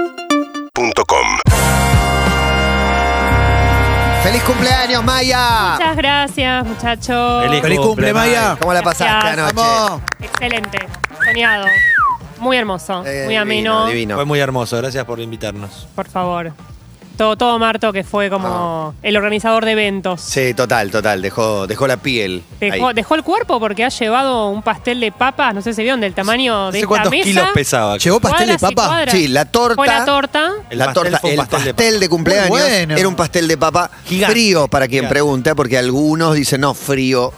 UrbanaPlayFM.com ¡Feliz cumpleaños, Maya! Muchas gracias, muchachos. Feliz cumple, Maya. ¿Cómo la pasaste Gracias. anoche? Vamos. Excelente. Soñado. Muy hermoso. Eh, muy divino, ameno. divino. Fue muy hermoso, gracias por invitarnos. Por favor. Todo, todo Marto, que fue como el organizador de eventos. Sí, total, total. Dejó, dejó la piel. Dejó, ahí. dejó el cuerpo porque ha llevado un pastel de papas, no sé si vieron, del tamaño No de sé esta cuántos mesa. kilos pesaba. Llegó pastel de Cuadras y papa. cuadras. Sí, la torta. Fue la torta. El la pastel torta, fue un el pastel pastel, de de, cumpleaños Muy bueno. era un pastel de papa Gigante. frío, para quien Gigante. pregunta, porque algunos dicen, no, frío,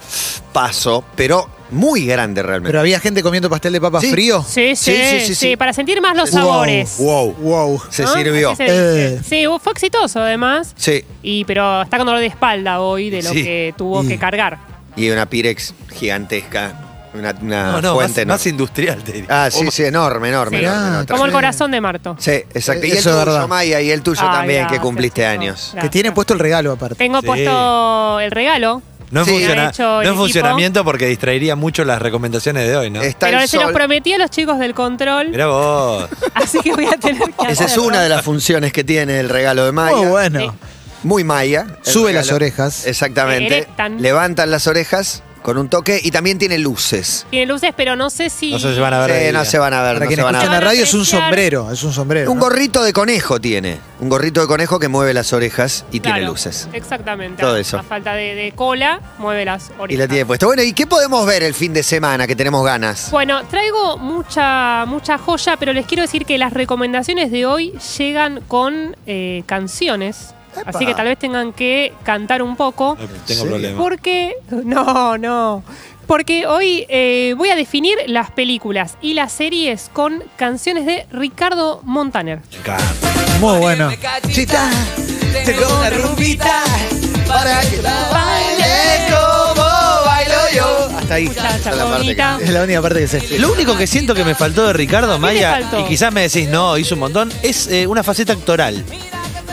paso, pero muy grande realmente. Pero había gente comiendo pastel de papa Sí. frío. Sí sí sí, para sentir más los Wow, sabores. Wow, Wow. se ¿no? sirvió. Así se dice. Eh. Sí, fue exitoso además. Sí, Y, pero está con dolor de espalda hoy de lo Sí. que tuvo que cargar. y una pirex gigantesca, una, una No, no, más, fuente más enorme. industrial, te diría. Ah, sí, sí, enorme, enorme. Sí. enorme, enorme. Como el corazón de Marto. Sí, exacto. Y el E-, Eso es tuyo, verdad. Maya, y el tuyo Ay, también, que gracias, cumpliste no, años. gracias. Que tiene puesto el regalo aparte. Tengo Sí. puesto el regalo, No en, Sí. funciona- Ha hecho no el en equipo. funcionamiento porque distraería mucho las recomendaciones de hoy, ¿no? Está pero el se los sol. prometí a los chicos del control, Mirá vos. así que voy a tener que Esa es hacerlo. una de las funciones que tiene el regalo de Maya. Muy bueno. Muy maya. el Sube las orejas. Exactamente. Erectan. Levantan las orejas con un toque y también tiene luces. Tiene luces, pero no sé si... No sé si van a ver. Sí, hoy no día. se van a ver, Para no se quienes van a escuchan ver. la radio es un Apreciar. sombrero, es un sombrero. Un ¿no? gorrito de conejo tiene. Un gorrito de conejo que mueve las orejas y tiene Claro, luces. Exactamente. Todo a, eso. a falta de, de cola, mueve las orejas. Y la tiene puesta. Bueno, ¿y qué podemos ver el fin de semana que tenemos ganas? Bueno, traigo mucha, mucha joya, pero les quiero decir que las recomendaciones de hoy llegan con eh, canciones. Así que tal vez tengan que cantar un poco. No tengo problema. Porque, no, no. Porque hoy eh, voy a definir las películas y las series con canciones de Ricardo Montaner. Muy bueno. Chita, tengo una rumbita para que baile como bailo yo. Hasta ahí. Muchacha Esa es la parte que- bonita. Es este. la única parte que se. Lo único que siento que me faltó de Ricardo ¿Qué le Maya, faltó? y quizás me decís, no, hizo un montón, es eh, una faceta actoral.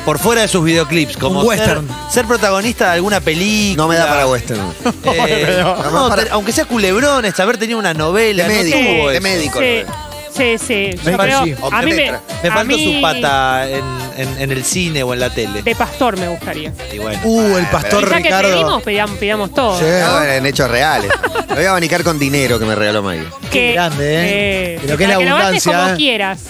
Por fuera de sus videoclips, como Un ser- western. Ser, protagonista de alguna película. No me da para western. Eh, no. no, Para- te- aunque sea culebrones, haber tenido una novela. De no médico, tuvo de eso. médico. Médico, Sí, sí, sí. Yo creo- sí. a mí me, Obstetra. Me a faltó mí su pata en, en- en el cine o en la tele. De pastor me gustaría. Y bueno. Uh, el pastor Ya que Ricardo. pedimos, pedam- pidamos todo. Sí. Ah, bueno, en hechos reales. Lo voy a abanicar con dinero que me regaló Maggie. Que, grande, ¿eh? eh, Pero que es para la lo gastes abundancia, como ¿eh? quieras.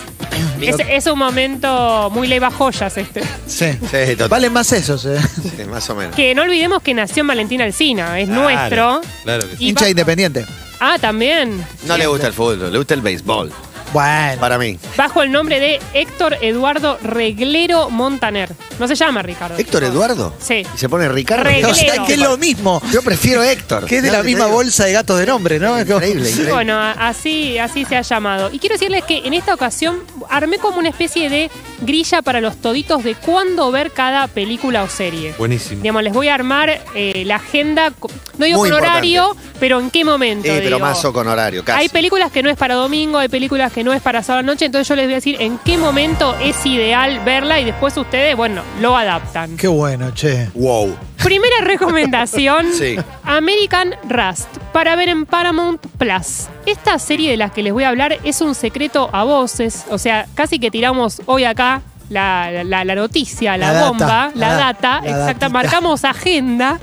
Es, es un momento muy leva joyas este. Sí. Sí, total. Valen más esos, eh. Sí, más o menos. Que no olvidemos que nació en Valentina Alcina, es Claro, nuestro. Claro que sí. Y Hincha va- independiente. Ah, también. No le gusta el fútbol, le gusta el béisbol. Bueno. Para mí. Bajo el nombre de Héctor Eduardo Reglero Montaner. No se llama Ricardo. ¿Héctor Eduardo? Sí. ¿Y se pone Ricardo? Reglero. O sea, que es lo mismo. Yo prefiero Héctor. Que es de ¿No? la Te misma digo. bolsa de gatos de nombre, ¿no? Increíble, increíble. Bueno, a- así, así se ha llamado. Y quiero decirles que en esta ocasión armé como una especie de grilla para los toditos de cuándo ver cada película o serie. Buenísimo. Digamos, les voy a armar eh, la agenda, co- no digo Muy con importante. horario, pero en qué momento. Sí, pero digo. mazo con horario, casi. Hay películas que no es para domingo, hay películas que no es para sábado noche, entonces yo les voy a decir en qué momento es ideal verla y después ustedes, bueno, lo adaptan. Qué bueno, che. Wow. Primera recomendación, Sí. American Rust, para ver en Paramount Plus. Esta serie de las que les voy a hablar es un secreto a voces, o sea, casi que tiramos hoy acá la, la- la noticia, la, La data, bomba, la, la da- data, la exacta, datita. marcamos agenda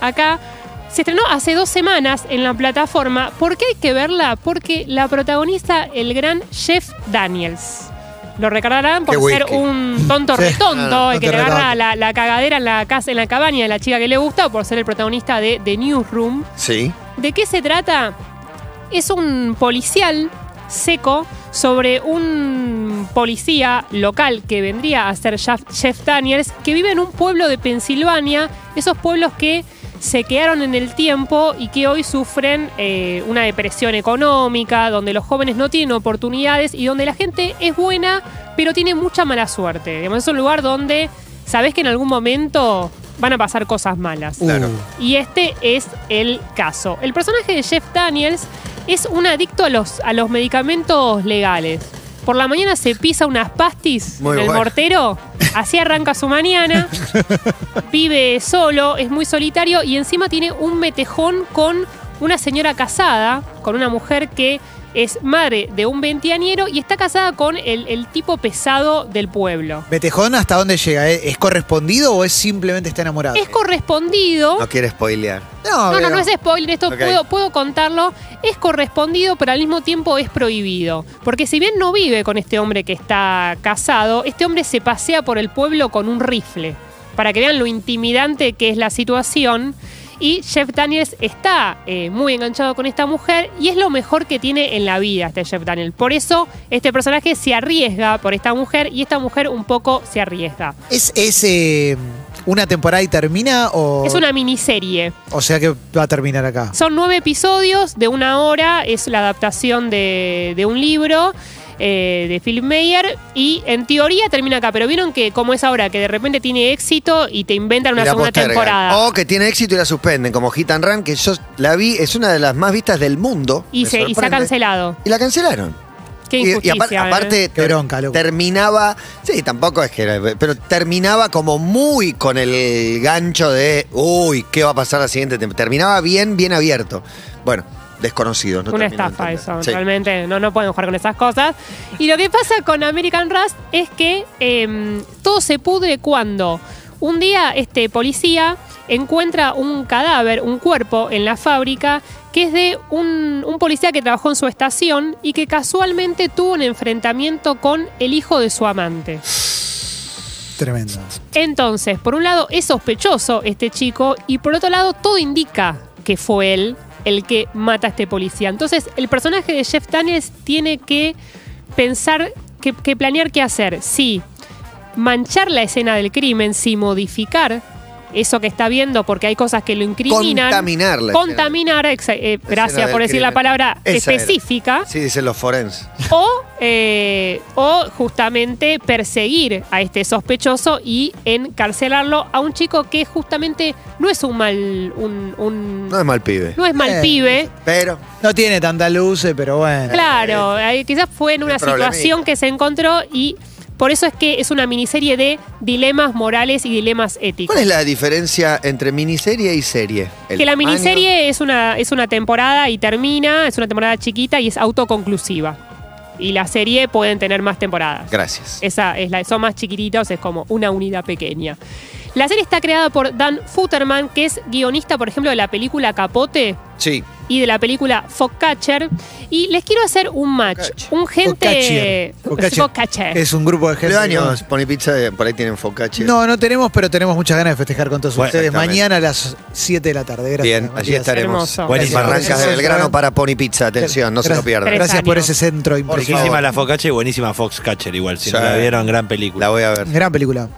acá. Se estrenó hace dos semanas en la plataforma. ¿Por qué hay que verla? Porque la protagoniza el gran Jeff Daniels. Lo recordarán por Qué ser wiki. un tonto Sí. retonto, Ah, el que tonto le agarra retonto. la, la cagadera en la casa, en la cabaña de la chica que le gusta, o por ser el protagonista de The Newsroom. Sí. ¿De qué se trata? Es un policial seco sobre un policía local que vendría a ser Jeff Jeff Daniels, que vive en un pueblo de Pensilvania, esos pueblos que se quedaron en el tiempo y que hoy sufren eh, una depresión económica, donde los jóvenes no tienen oportunidades y donde la gente es buena, pero tiene mucha mala suerte. Digamos, es un lugar donde sabes que en algún momento van a pasar cosas malas. Claro. Uh. Y este es el caso. El personaje de Jeff Daniels es un adicto a los, a los medicamentos legales. Por la mañana se pisa unas pastis Muy en el bueno. mortero, así arranca su mañana, vive solo, es muy solitario y encima tiene un metejón con una señora casada, con una mujer que es madre de un veinteañero y está casada con el, el tipo pesado del pueblo. ¿Betejón hasta dónde llega? ¿Es es correspondido o es simplemente está enamorado? Es correspondido. No quiere spoilear. No, no, pero- no es spoiler, esto Ok. puedo, puedo contarlo. Es correspondido, pero al mismo tiempo es prohibido. Porque si bien no vive con este hombre que está casado, este hombre se pasea por el pueblo con un rifle. Para que vean lo intimidante que es la situación. Y Jeff Daniels está eh, muy enganchado con esta mujer y es lo mejor que tiene en la vida este Jeff Daniels. Por eso este personaje se arriesga por esta mujer y esta mujer un poco se arriesga. ¿Es, es, eh, una temporada y termina o.? Es una miniserie. O sea que va a terminar acá. Son nueve episodios de una hora, es la adaptación de, de un libro eh, de Philip Meyer y en teoría termina acá, pero vieron que como es ahora, que de repente tiene éxito y te inventan una Y la segunda postergan. Oh, temporada. O que tiene éxito y la suspenden, como Hit and Run, que yo la vi, es una de las más vistas del mundo. y, me se, y se ha sorprende. cancelado. Y la cancelaron. Qué Y- y injusticia. apar- ¿eh? aparte Qué bronca, loco. terminaba, sí, tampoco es que, era- pero terminaba como muy con el gancho de, uy, ¿qué va a pasar la siguiente? tem-?". Terminaba bien, bien abierto. Bueno, desconocido. No una termino de estafa entender. eso, Sí. realmente no, no pueden jugar con esas cosas. Y lo que pasa con American Rust es que eh, todo se pudre cuando un día este policía encuentra un cadáver, un cuerpo en la fábrica que es de un, un policía que trabajó en su estación y que casualmente tuvo un enfrentamiento con el hijo de su amante. Tremendo. Entonces, por un lado es sospechoso este chico y por otro lado todo indica que fue él el que mata a este policía. Entonces, el personaje de Jeff Daniels tiene que pensar, que, que planear qué hacer. Si manchar la escena del crimen, si modificar eso que está viendo porque hay cosas que lo incriminan. Contaminar la escena. Contaminar, exa- eh, gracias del por decir la crimen. palabra Esa era. específica. Sí, dicen los forenses. O, eh, o justamente perseguir a este sospechoso y encarcelarlo a un chico que justamente no es un mal. Un, No un- es este, mal pibe. no es mal Eh, pibe. Pero No tiene tanta luz, eh, pero bueno. Claro, ahí quizás fue en una problemita. situación que se encontró y por eso es que es una miniserie de dilemas morales y dilemas éticos. ¿Cuál es la diferencia entre miniserie y serie? El Que la tamaño. miniserie es una, es una temporada y termina, es una temporada chiquita y es autoconclusiva. Y la serie pueden tener más temporadas. Gracias. Esa es la, son más chiquititos, es como una unidad pequeña. La serie está creada por Dan Futterman, que es guionista, por ejemplo, de la película Capote Sí. y de la película Foxcatcher. Y les quiero hacer un match. Focaccia. Un gente... Focaccia. Focaccia. Es un grupo de gente. Pero años, pone pizza, eh, por ahí tienen focache. No, no tenemos, pero tenemos muchas ganas de festejar con todos Bueno, ustedes. exactamente. Mañana a las 7 de la tarde. Gracias. Bien, allí Matías. estaremos. Hermoso. Buenísima Barrancas de Gracias. Belgrano para Pony Pizza. Atención, no se lo Gracias. pierdan. Tres Gracias por años. ese centro impresionante. Buenísima la Focache y buenísima Foxcatcher igual. Si Sí. no la vieron, gran La película. voy a ver. Gran película.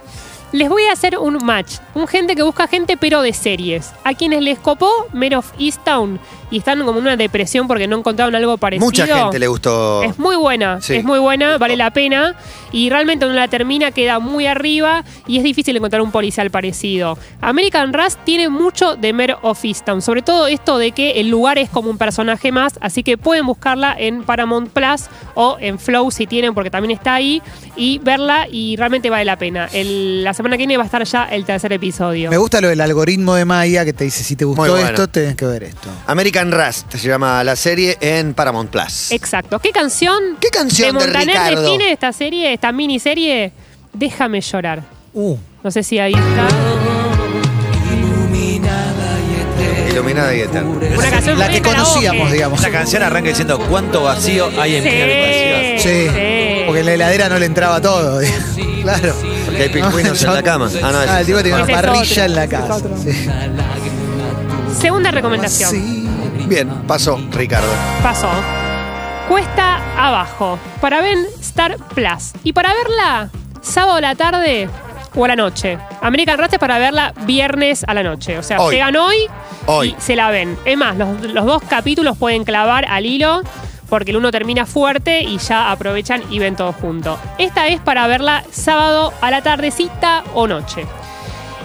Les voy a hacer un match. Un gente que busca gente, pero de series. A quienes les copó Men of Easttown. Y están como en una depresión porque no encontraron algo parecido. Mucha gente le gustó. Es muy buena, Sí. es muy buena, vale la pena. Y realmente uno la termina, queda muy arriba y es difícil encontrar un policial parecido. American Rust tiene mucho de Mare of Easttown, sobre todo esto de que el lugar es como un personaje más, así que pueden buscarla en Paramount Plus o en Flow si tienen, porque también está ahí, y verla y realmente vale la pena. El- la semana que viene va a estar ya el tercer episodio. Me gusta lo del algoritmo de Maya que te dice: si te Muy gustó bueno. esto, tenés que ver esto. American Rust se llama la serie en Paramount Plus. Exacto. ¿Qué canción? ¿Qué canción de de Montaner Ricardo? define esta serie, esta miniserie? Déjame llorar. Uh, No sé si ahí está. Iluminada y eterna. Una canción la muy que de karaoke. conocíamos, digamos. Esa canción arranca diciendo cuánto vacío hay en mi habitación. Sí. Sí, porque en la heladera no le entraba todo. claro. Porque hay pingüinos en la cama. Ah, no, es- Ah, el tipo tiene una Ese es otro, parrilla en la ese es casa. otro. sí. Segunda recomendación. Sí. Bien, pasó, Ricardo. Pasó. Cuesta abajo. Para ver Star Plus. Y para verla sábado a la tarde o a la noche. American Rust es para verla viernes a la noche. O sea, Hoy. llegan hoy, Hoy. y se la ven. Es más, los, los dos capítulos pueden clavar al hilo. Porque el uno termina fuerte y ya aprovechan y ven todo junto. Esta es para verla sábado a la tardecita o noche.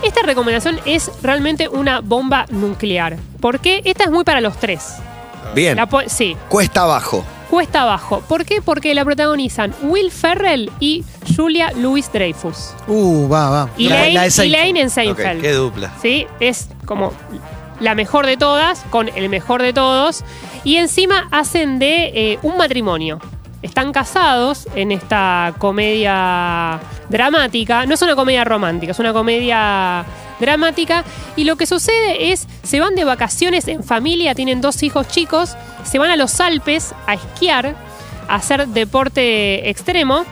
Esta recomendación es realmente una bomba nuclear. Porque esta es muy para los tres. Bien. La po- sí, Cuesta abajo. cuesta abajo. ¿Por qué? Porque la protagonizan Will Ferrell y Julia Louis Dreyfus. Uh, va, va. Y La- la de Elaine Seinfeld. Elaine en Ok, Seinfeld. Qué dupla. sí, es como la mejor de todas con el mejor de todos y encima hacen de eh, un matrimonio. Están casados en esta comedia dramática. No es una comedia romántica, es una comedia dramática. Y lo que sucede es, se van de vacaciones en familia, tienen dos hijos chicos, se van a los Alpes a esquiar, a hacer deporte extremo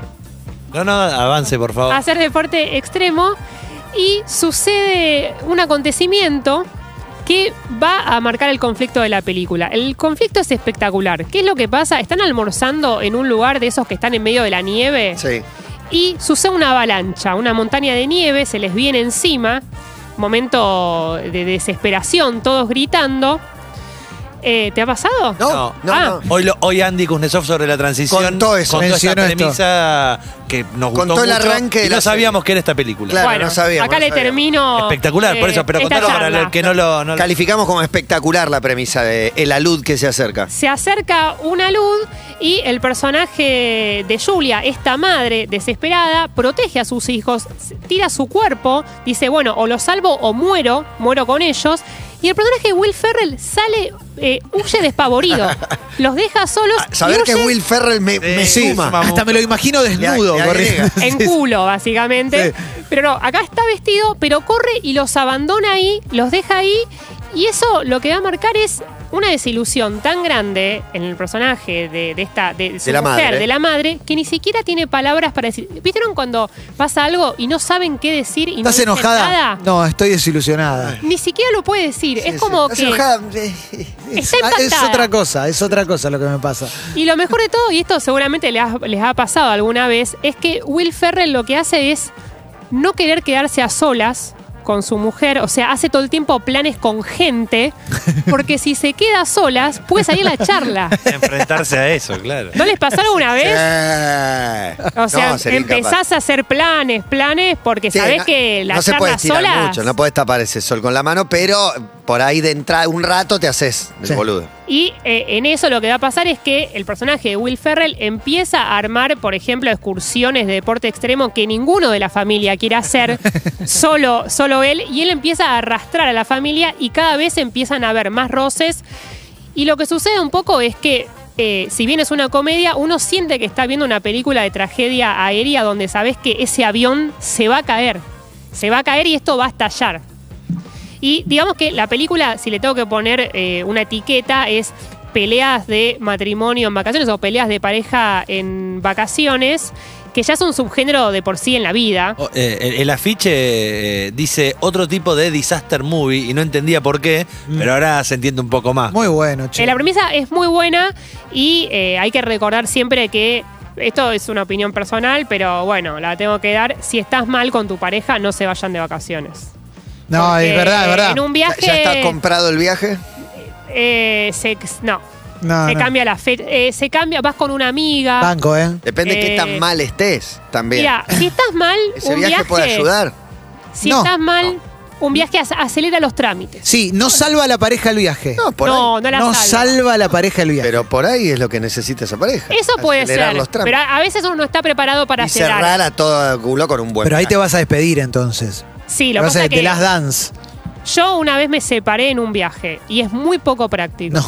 No, no, avance, por favor. a hacer deporte extremo y sucede un acontecimiento que va a marcar el conflicto de la película. El conflicto es espectacular. ¿Qué es lo que pasa? Están almorzando en un lugar de esos que están en medio de la nieve Sí. y sucede una avalancha, una montaña de nieve, se les viene encima, momento de desesperación, todos gritando. Eh, ¿Te ha pasado? No, no, Ah. no. Hoy, lo- hoy Andy Kuznetsov sobre la transición Contó eso, contó esa mencionó esto. premisa que nos gustó Contó el mucho arranque de y no la sabíamos serie. que era esta película. Claro, no sabíamos, Acá no le sabíamos. termino. Espectacular, por eh, eso, pero esta contalo para charla. el que no lo... no lo- Calificamos como espectacular la premisa de el alud que se acerca. Se acerca una luz y el personaje de Julia, esta madre desesperada, protege a sus hijos, tira su cuerpo, dice, bueno, o los salvo o muero, muero con ellos. Y el personaje de Will Ferrell sale, eh, huye despavorido. los deja solos. Ah, Saber y que huye Will Ferrell me, me Sí, suma. suma. Hasta me lo imagino desnudo. Le- le corriendo. agrega. En culo, básicamente. Pero no, acá está vestido, pero corre y los abandona ahí, los deja ahí. Y eso lo que va a marcar es una desilusión tan grande en el personaje de, de esta de, su De la mujer, madre. de la madre, que ni siquiera tiene palabras para decir. ¿Vieron cuando pasa algo y no saben qué decir y no ¿Estás dicen enojada? nada? No, estoy desilusionada. Ni siquiera lo puede decir. es como Estás que. enojada. Está Ah, es impactada. otra cosa, es otra cosa lo que me pasa. Y lo mejor de todo, y esto seguramente les ha, les ha pasado alguna vez, es que Will Ferrell lo que hace es no querer quedarse a solas con su mujer, o sea, hace todo el tiempo planes con gente, porque si se queda a solas, puede salir la charla. Enfrentarse a eso, claro. ¿No les pasó alguna vez? Sí. O sea, No, sería incapaz. empezás a hacer planes, planes, porque Sí, sabés no- que la no se puede charla estirar sola. mucho, no podés tapar ese sol con la mano, pero por ahí de entrada un rato te haces el Sí. boludo. Y eh, en eso lo que va a pasar es que el personaje de Will Ferrell empieza a armar, por ejemplo, excursiones de deporte extremo que ninguno de la familia quiere hacer, solo, solo él, y él empieza a arrastrar a la familia y cada vez empiezan a haber más roces. Y lo que sucede un poco es que, eh, si bien es una comedia, uno siente que está viendo una película de tragedia aérea donde sabes que ese avión se va a caer, se va a caer y esto va a estallar. Y digamos que la película, si le tengo que poner eh, una etiqueta, es peleas de matrimonio en vacaciones o peleas de pareja en vacaciones, que ya es un subgénero de por sí en la vida. O- eh, el, el afiche eh, dice otro tipo de disaster movie y no entendía por qué, pero ahora se entiende un poco más. Muy bueno, che. Eh, la premisa es muy buena y eh, hay que recordar siempre que esto es una opinión personal, pero bueno, la tengo que dar. Si estás mal con tu pareja, no se vayan de vacaciones. No, Porque es verdad, es verdad. En un ¿Ya, viaje. ya está comprado el viaje? eh, se- no, Ah, No, se no. cambia la fecha. eh, se cambia, vas con una amiga. Banco, ¿eh? Depende de qué Eh, tan mal estés también. Mira, si estás mal, Ese un viaje, viaje, puede ayudar. Si No. estás mal, un viaje ac- acelera los trámites. Sí, no salva a la pareja el viaje. No, por no, ahí. no la No salva. salva a la pareja el viaje. Pero por ahí es lo que necesita esa pareja. Eso puede Acelerar ser. los trámites. Pero a a veces uno no está preparado para y cerrar. acelerar. a todo culo con un buen Pero ahí te plan. vas a despedir entonces. Sí, Te lo que vas a pasa de que las dance. yo una vez me separé en un viaje y es muy poco práctico. No.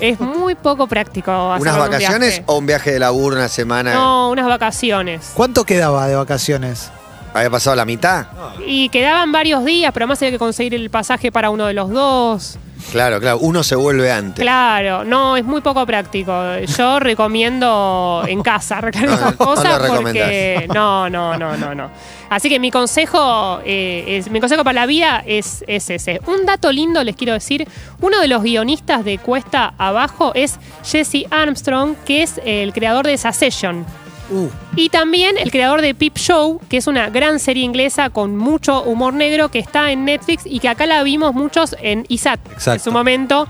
Es muy poco práctico. hacerlo ¿Unas en un vacaciones viaje. o un viaje de laburo una semana? No, unas vacaciones. ¿Cuánto quedaba de vacaciones? ¿Había pasado la mitad? Y quedaban varios días, pero además había que conseguir el pasaje para uno de los dos. Claro, claro. Uno se vuelve antes. Claro, no, es muy poco práctico. Yo recomiendo en casa arreglar No, esas no lo cosas recomendás. porque. No, no, no, no, no. Así que mi consejo, eh, es, mi consejo para la vida es, es ese. Un dato lindo les quiero decir: uno de los guionistas de Cuesta Abajo es Jesse Armstrong, que es el creador de Succession. Uh, Y también el creador de Peep Show, que es una gran serie inglesa con mucho humor negro que está en Netflix y que acá la vimos muchos en ISAT en Exacto. su momento.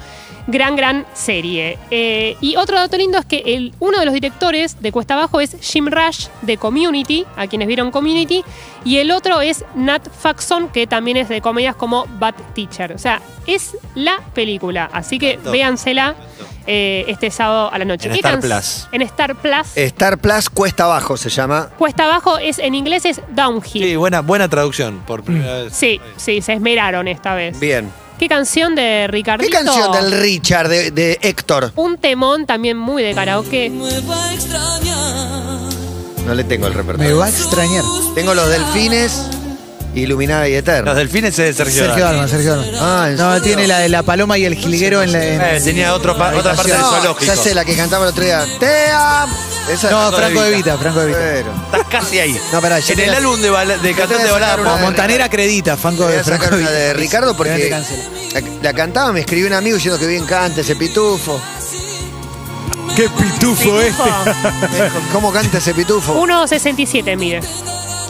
Gran, gran serie. Eh, y otro dato lindo es que el, uno de los directores de Cuesta Abajo es Jim Rush de Community, a quienes vieron Community, y el otro es Nat Faxon, que también es de comedias como Bad Teacher. O sea, es la película, así que encantó. véansela eh, este sábado a la noche. En ¿Qué Star canc- Plus. En Star Plus. Star Plus cuesta abajo se llama. Cuesta abajo es en inglés es downhill. Sí, buena, buena traducción. Por primera vez. Sí, sí, se esmeraron esta vez. Bien. ¿Qué canción de ¿Qué Ricardito? canción del Richard, de, de Héctor? Un temón también muy de karaoke. No le tengo el Me repertorio. va a extrañar. Tengo los delfines, iluminada y eterna. Los delfines es de Sergio, Sergio Dalma. Dalma, Sergio Dalma. Ah, ¿en no, serio? tiene la de la paloma y el jilguero en la. en- Eh, tenía otro pa- otra parte del No, zoológico. ya sé, la que cantaba el otro día. ¡Te amo! Esa no, Franco de Franco de Vita. Vita, Franco de Vita. Pero, Estás casi ahí. No, pará, yo en te el voy a- álbum de, bala- de canción voy de a sacar balada. una Como pop. de- Montanera acredita, Franco voy de a Franco sacar una de Vita. Ricardo Obviamente porque cancela. la, la cantaba, me escribió un amigo diciendo que bien canta ese pitufo. ¡Qué pitufo este Tipo, este. ¿Cómo canta ese pitufo? 1.67, mire,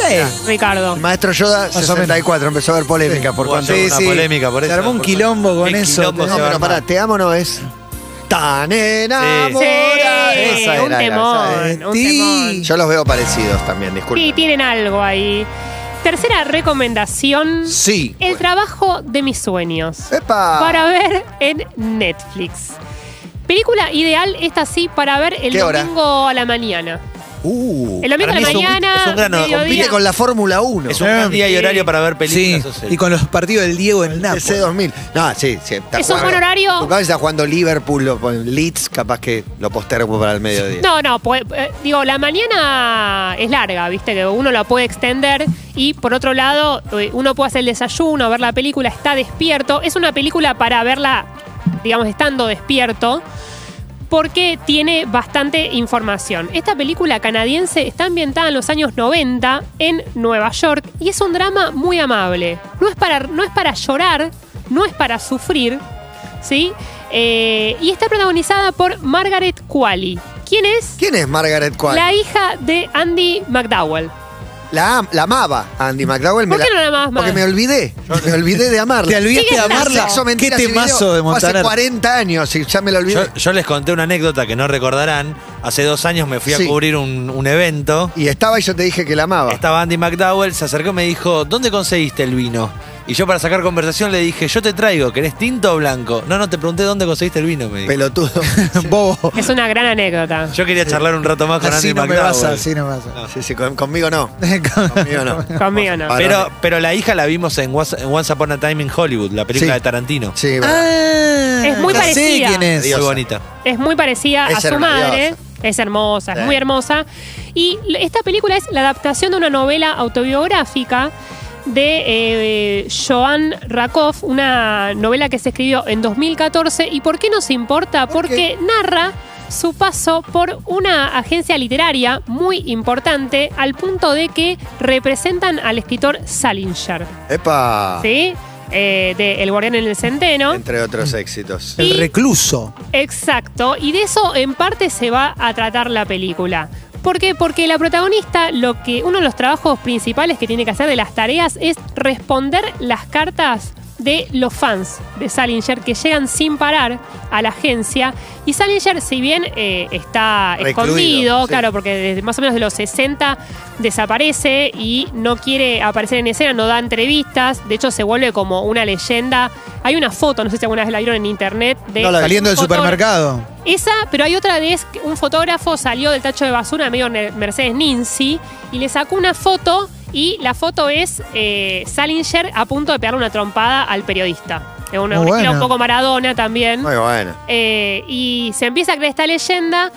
Eh, Ricardo. El maestro Yoda, o menos. 64, empezó a haber polémica por Hubo cuanto. ayer Sí, una sí. polémica por Se eso. armó un Por- quilombo con qué eso, quilombo No, se te- va a pero armar. pará, te amo no es. Tan enamorada. Sí, Esa un era, esa temón, era. un Sí. temón. Yo los veo parecidos también, Sí, disculpe. tienen algo ahí. Tercera recomendación. Sí. El trabajo de mis sueños. ¡Epa! Para ver en Netflix. Película ideal, esta sí, para ver el ¿Qué hora? domingo a la mañana. Uh, El domingo para a la mí es un- mañana. es un gran- mediodía. compite con la Fórmula 1. Es un gran día y Sí. horario para ver Sí, películas. o series. y con los partidos del Diego en Ah, el Napoli. TC2000. No, sí, sí. está Es un jugando- buen horario. Porque a veces está jugando Liverpool, lo ponen Leeds, capaz que lo postergo para el mediodía. No, no, pues, eh, digo, la mañana es larga, viste, que uno la puede extender y por otro lado, eh, uno puede hacer el desayuno, ver la película, está despierto. Es una película para verla, digamos, estando despierto, porque tiene bastante información. Esta película canadiense está ambientada en los años 90 en Nueva York y es un drama muy amable. No es para, no es para llorar, no es para sufrir, ¿sí? Eh, y está protagonizada por Margaret Qualley. ¿Quién es? ¿Quién es Margaret Qualley? La hija de Andy McDowell. La, am- la amaba Andy McDowell. me ¿Por qué no la amabas más? Porque me olvidé. Me olvidé de amarla. ¿Te olvidaste Sigue de estando. amarla? Sexo, Qué mentiras y temazo video. de Hace Montaner. 40 años y ya me lo olvidé. Yo, yo les conté una anécdota que no recordarán. Hace dos años me fui a Sí. cubrir un, un evento. Y estaba y yo te dije que la amaba. Estaba Andy McDowell, se acercó y me dijo, ¿dónde conseguiste el vino? Y yo para sacar conversación le dije, yo te traigo, ¿querés tinto o blanco? No, no, te pregunté dónde conseguiste el vino, me dijo. Pelotudo. Bobo. Es una gran anécdota. Yo quería charlar un rato más con Así Andy no me McDowell. vas, así no me vas. Sí, sí, con- conmigo no. Conmigo no. Conmigo no. Ah, Pero, pero la hija la vimos en Once, en Once Upon a Time in Hollywood, la película Sí. de Tarantino. Sí, verdad. Ah, Es muy ya sé parecida. quién es. Muy Diosa. bonita. Es muy parecida Es a su hermosa. madre. Es hermosa, es Sí. muy hermosa. Y l- esta película es la adaptación de una novela autobiográfica de eh, Joan Rakoff, una novela que se escribió en 2014. ¿Y por qué nos importa? Porque narra su paso por una agencia literaria muy importante al punto de que representan al escritor Salinger, Epa. ¿sí? Eh, de El guardián en el centeno. Entre otros Mm. éxitos. El recluso. Exacto, y de eso en parte se va a tratar la película. ¿Por qué? Porque la protagonista, lo que, uno de los trabajos principales que tiene que hacer de las tareas es responder las cartas de los fans de Salinger que llegan sin parar a la agencia. Y Salinger, si bien eh, está Recluido, escondido, sí. claro, porque desde más o menos de los 60 desaparece y no quiere aparecer en escena, no da entrevistas, de hecho se vuelve como una leyenda. Hay una foto, no sé si alguna vez la vieron en internet, de No, la- Saliendo del Fotor- supermercado. Esa, pero hay otra de es que un fotógrafo salió del tacho de basura medio ne- Mercedes Ninzi y le sacó una foto y la foto es eh, Salinger a punto de pegarle una trompada al periodista. Es una- Muy un estilo buena. un poco Maradona también. Muy bueno. Eh, y se empieza a creer esta leyenda.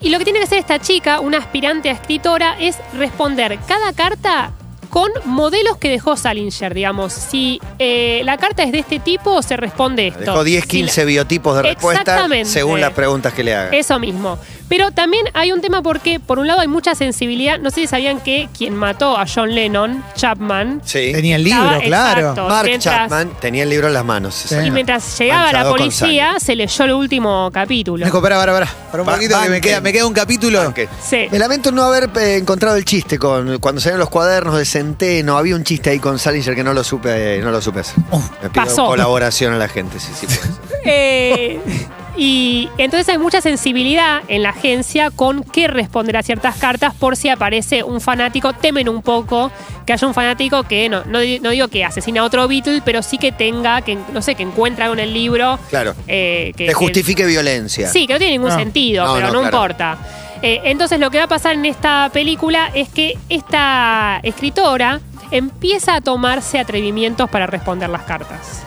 Y lo que tiene que hacer esta chica, una aspirante a escritora, es responder cada carta con modelos que dejó Salinger, digamos. Si eh, la carta es de este tipo, se responde esto. Dejó 10, Si 15 biotipos de respuesta Exactamente. según las preguntas que le hagan. eso mismo. Pero también hay un tema porque, por un lado, hay mucha sensibilidad. No sé si sabían que quien mató a John Lennon, Chapman, Sí. Tenía el libro, Estaba- claro. exacto. Mark mientras- Chapman tenía el libro en las manos. sí, Y señor. y mientras llegaba la Manchado con policía, se leyó el último capítulo. Nico, pará, pará, pará. Para un Ba- poquito que me banquen. queda, me queda un capítulo. Banquen. Sí. Me lamento no haber eh, encontrado el chiste con cuando salieron los cuadernos de Centeno. Había un chiste ahí con Salinger que no lo supe, eh, no lo supe hacer. Me pido pasó. colaboración a la gente, sí, sí. puede ser. Eh, y entonces hay mucha sensibilidad en la agencia con qué responder a ciertas cartas por si aparece un fanático. Temen un poco que haya un fanático que, no, no, di- no digo que asesina a otro Beatle, pero sí que tenga, que no sé, que encuentra algo en el libro. Claro. eh, que, Que que- justifique violencia. Sí, que no tiene ningún No. sentido, No, pero no, no, claro. importa. Eh, entonces lo que va a pasar en esta película es que esta escritora empieza a tomarse atrevimientos para responder las cartas.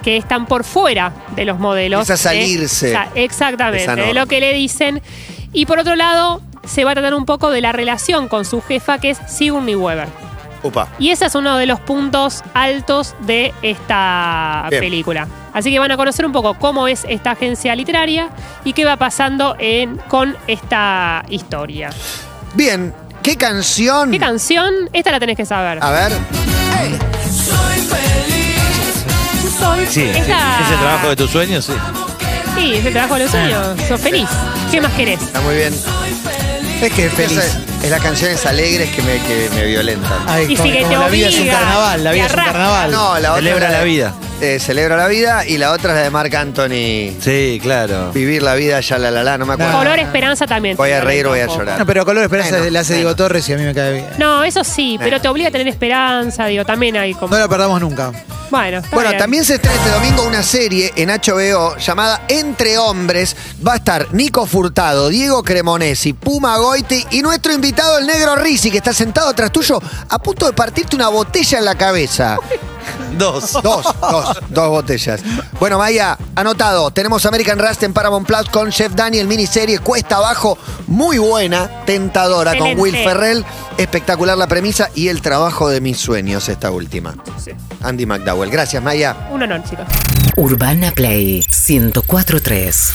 que están por fuera de los modelos. Es a salirse de- exa- exactamente, de esa de lo norma. que le dicen. Y por otro lado, se va a tratar un poco de la relación con su jefa, que es Sigourney Weaver. Upa. Y ese es uno de los puntos altos de esta Bien. película. Así que van a conocer un poco cómo es esta agencia literaria y qué va pasando en- con esta historia. Bien, ¿qué canción? ¿Qué canción? Esta la tenés que saber. A ver. Sí, sí. Esta- ¿Es el trabajo de tus sueños? Sí. Sí, es el trabajo de los sueños. Sos feliz. ¿Qué más querés? Está muy bien. Es que feliz. Esa- Es las canciones alegres que me, que me violentan. Ay, Y como- si que como te la vida es un obliga, carnaval, la te vida es un arrastra. carnaval. Celebra es la de- vida. eh, celebra la vida y la otra es la de Marc Anthony. Sí, claro. Vivir la vida, ya la la la, no me acuerdo. Color Esperanza también. Ah, Voy a te reír, voy a un poco. llorar. No, pero Color Esperanza Bueno, la hace bueno. Diego Torres y a mí me cae bien. No, eso sí, pero Bueno. te obliga a tener esperanza, digo, también hay como... No la perdamos nunca. Bueno, está Bueno, bien. también se estrena este domingo una serie en HBO llamada Entre Hombres. Va a estar Nico Furtado, Diego Cremonesi, Puma Goiti y nuestro invitado, el negro Rizzi, que está sentado atrás tuyo a punto de partirte una botella en la cabeza. Dos. Dos, dos, dos botellas. Bueno, Maya, anotado. Tenemos American Rust en Paramount Plus con Chef Daniel, miniserie Cuesta Abajo, muy buena, tentadora, Excelente. con Will Ferrell. Espectacular la premisa y el trabajo de mis sueños, esta última. Sí. Andy McDowell. Gracias, Maya. Un honor, chicos. Urbana Play 1043.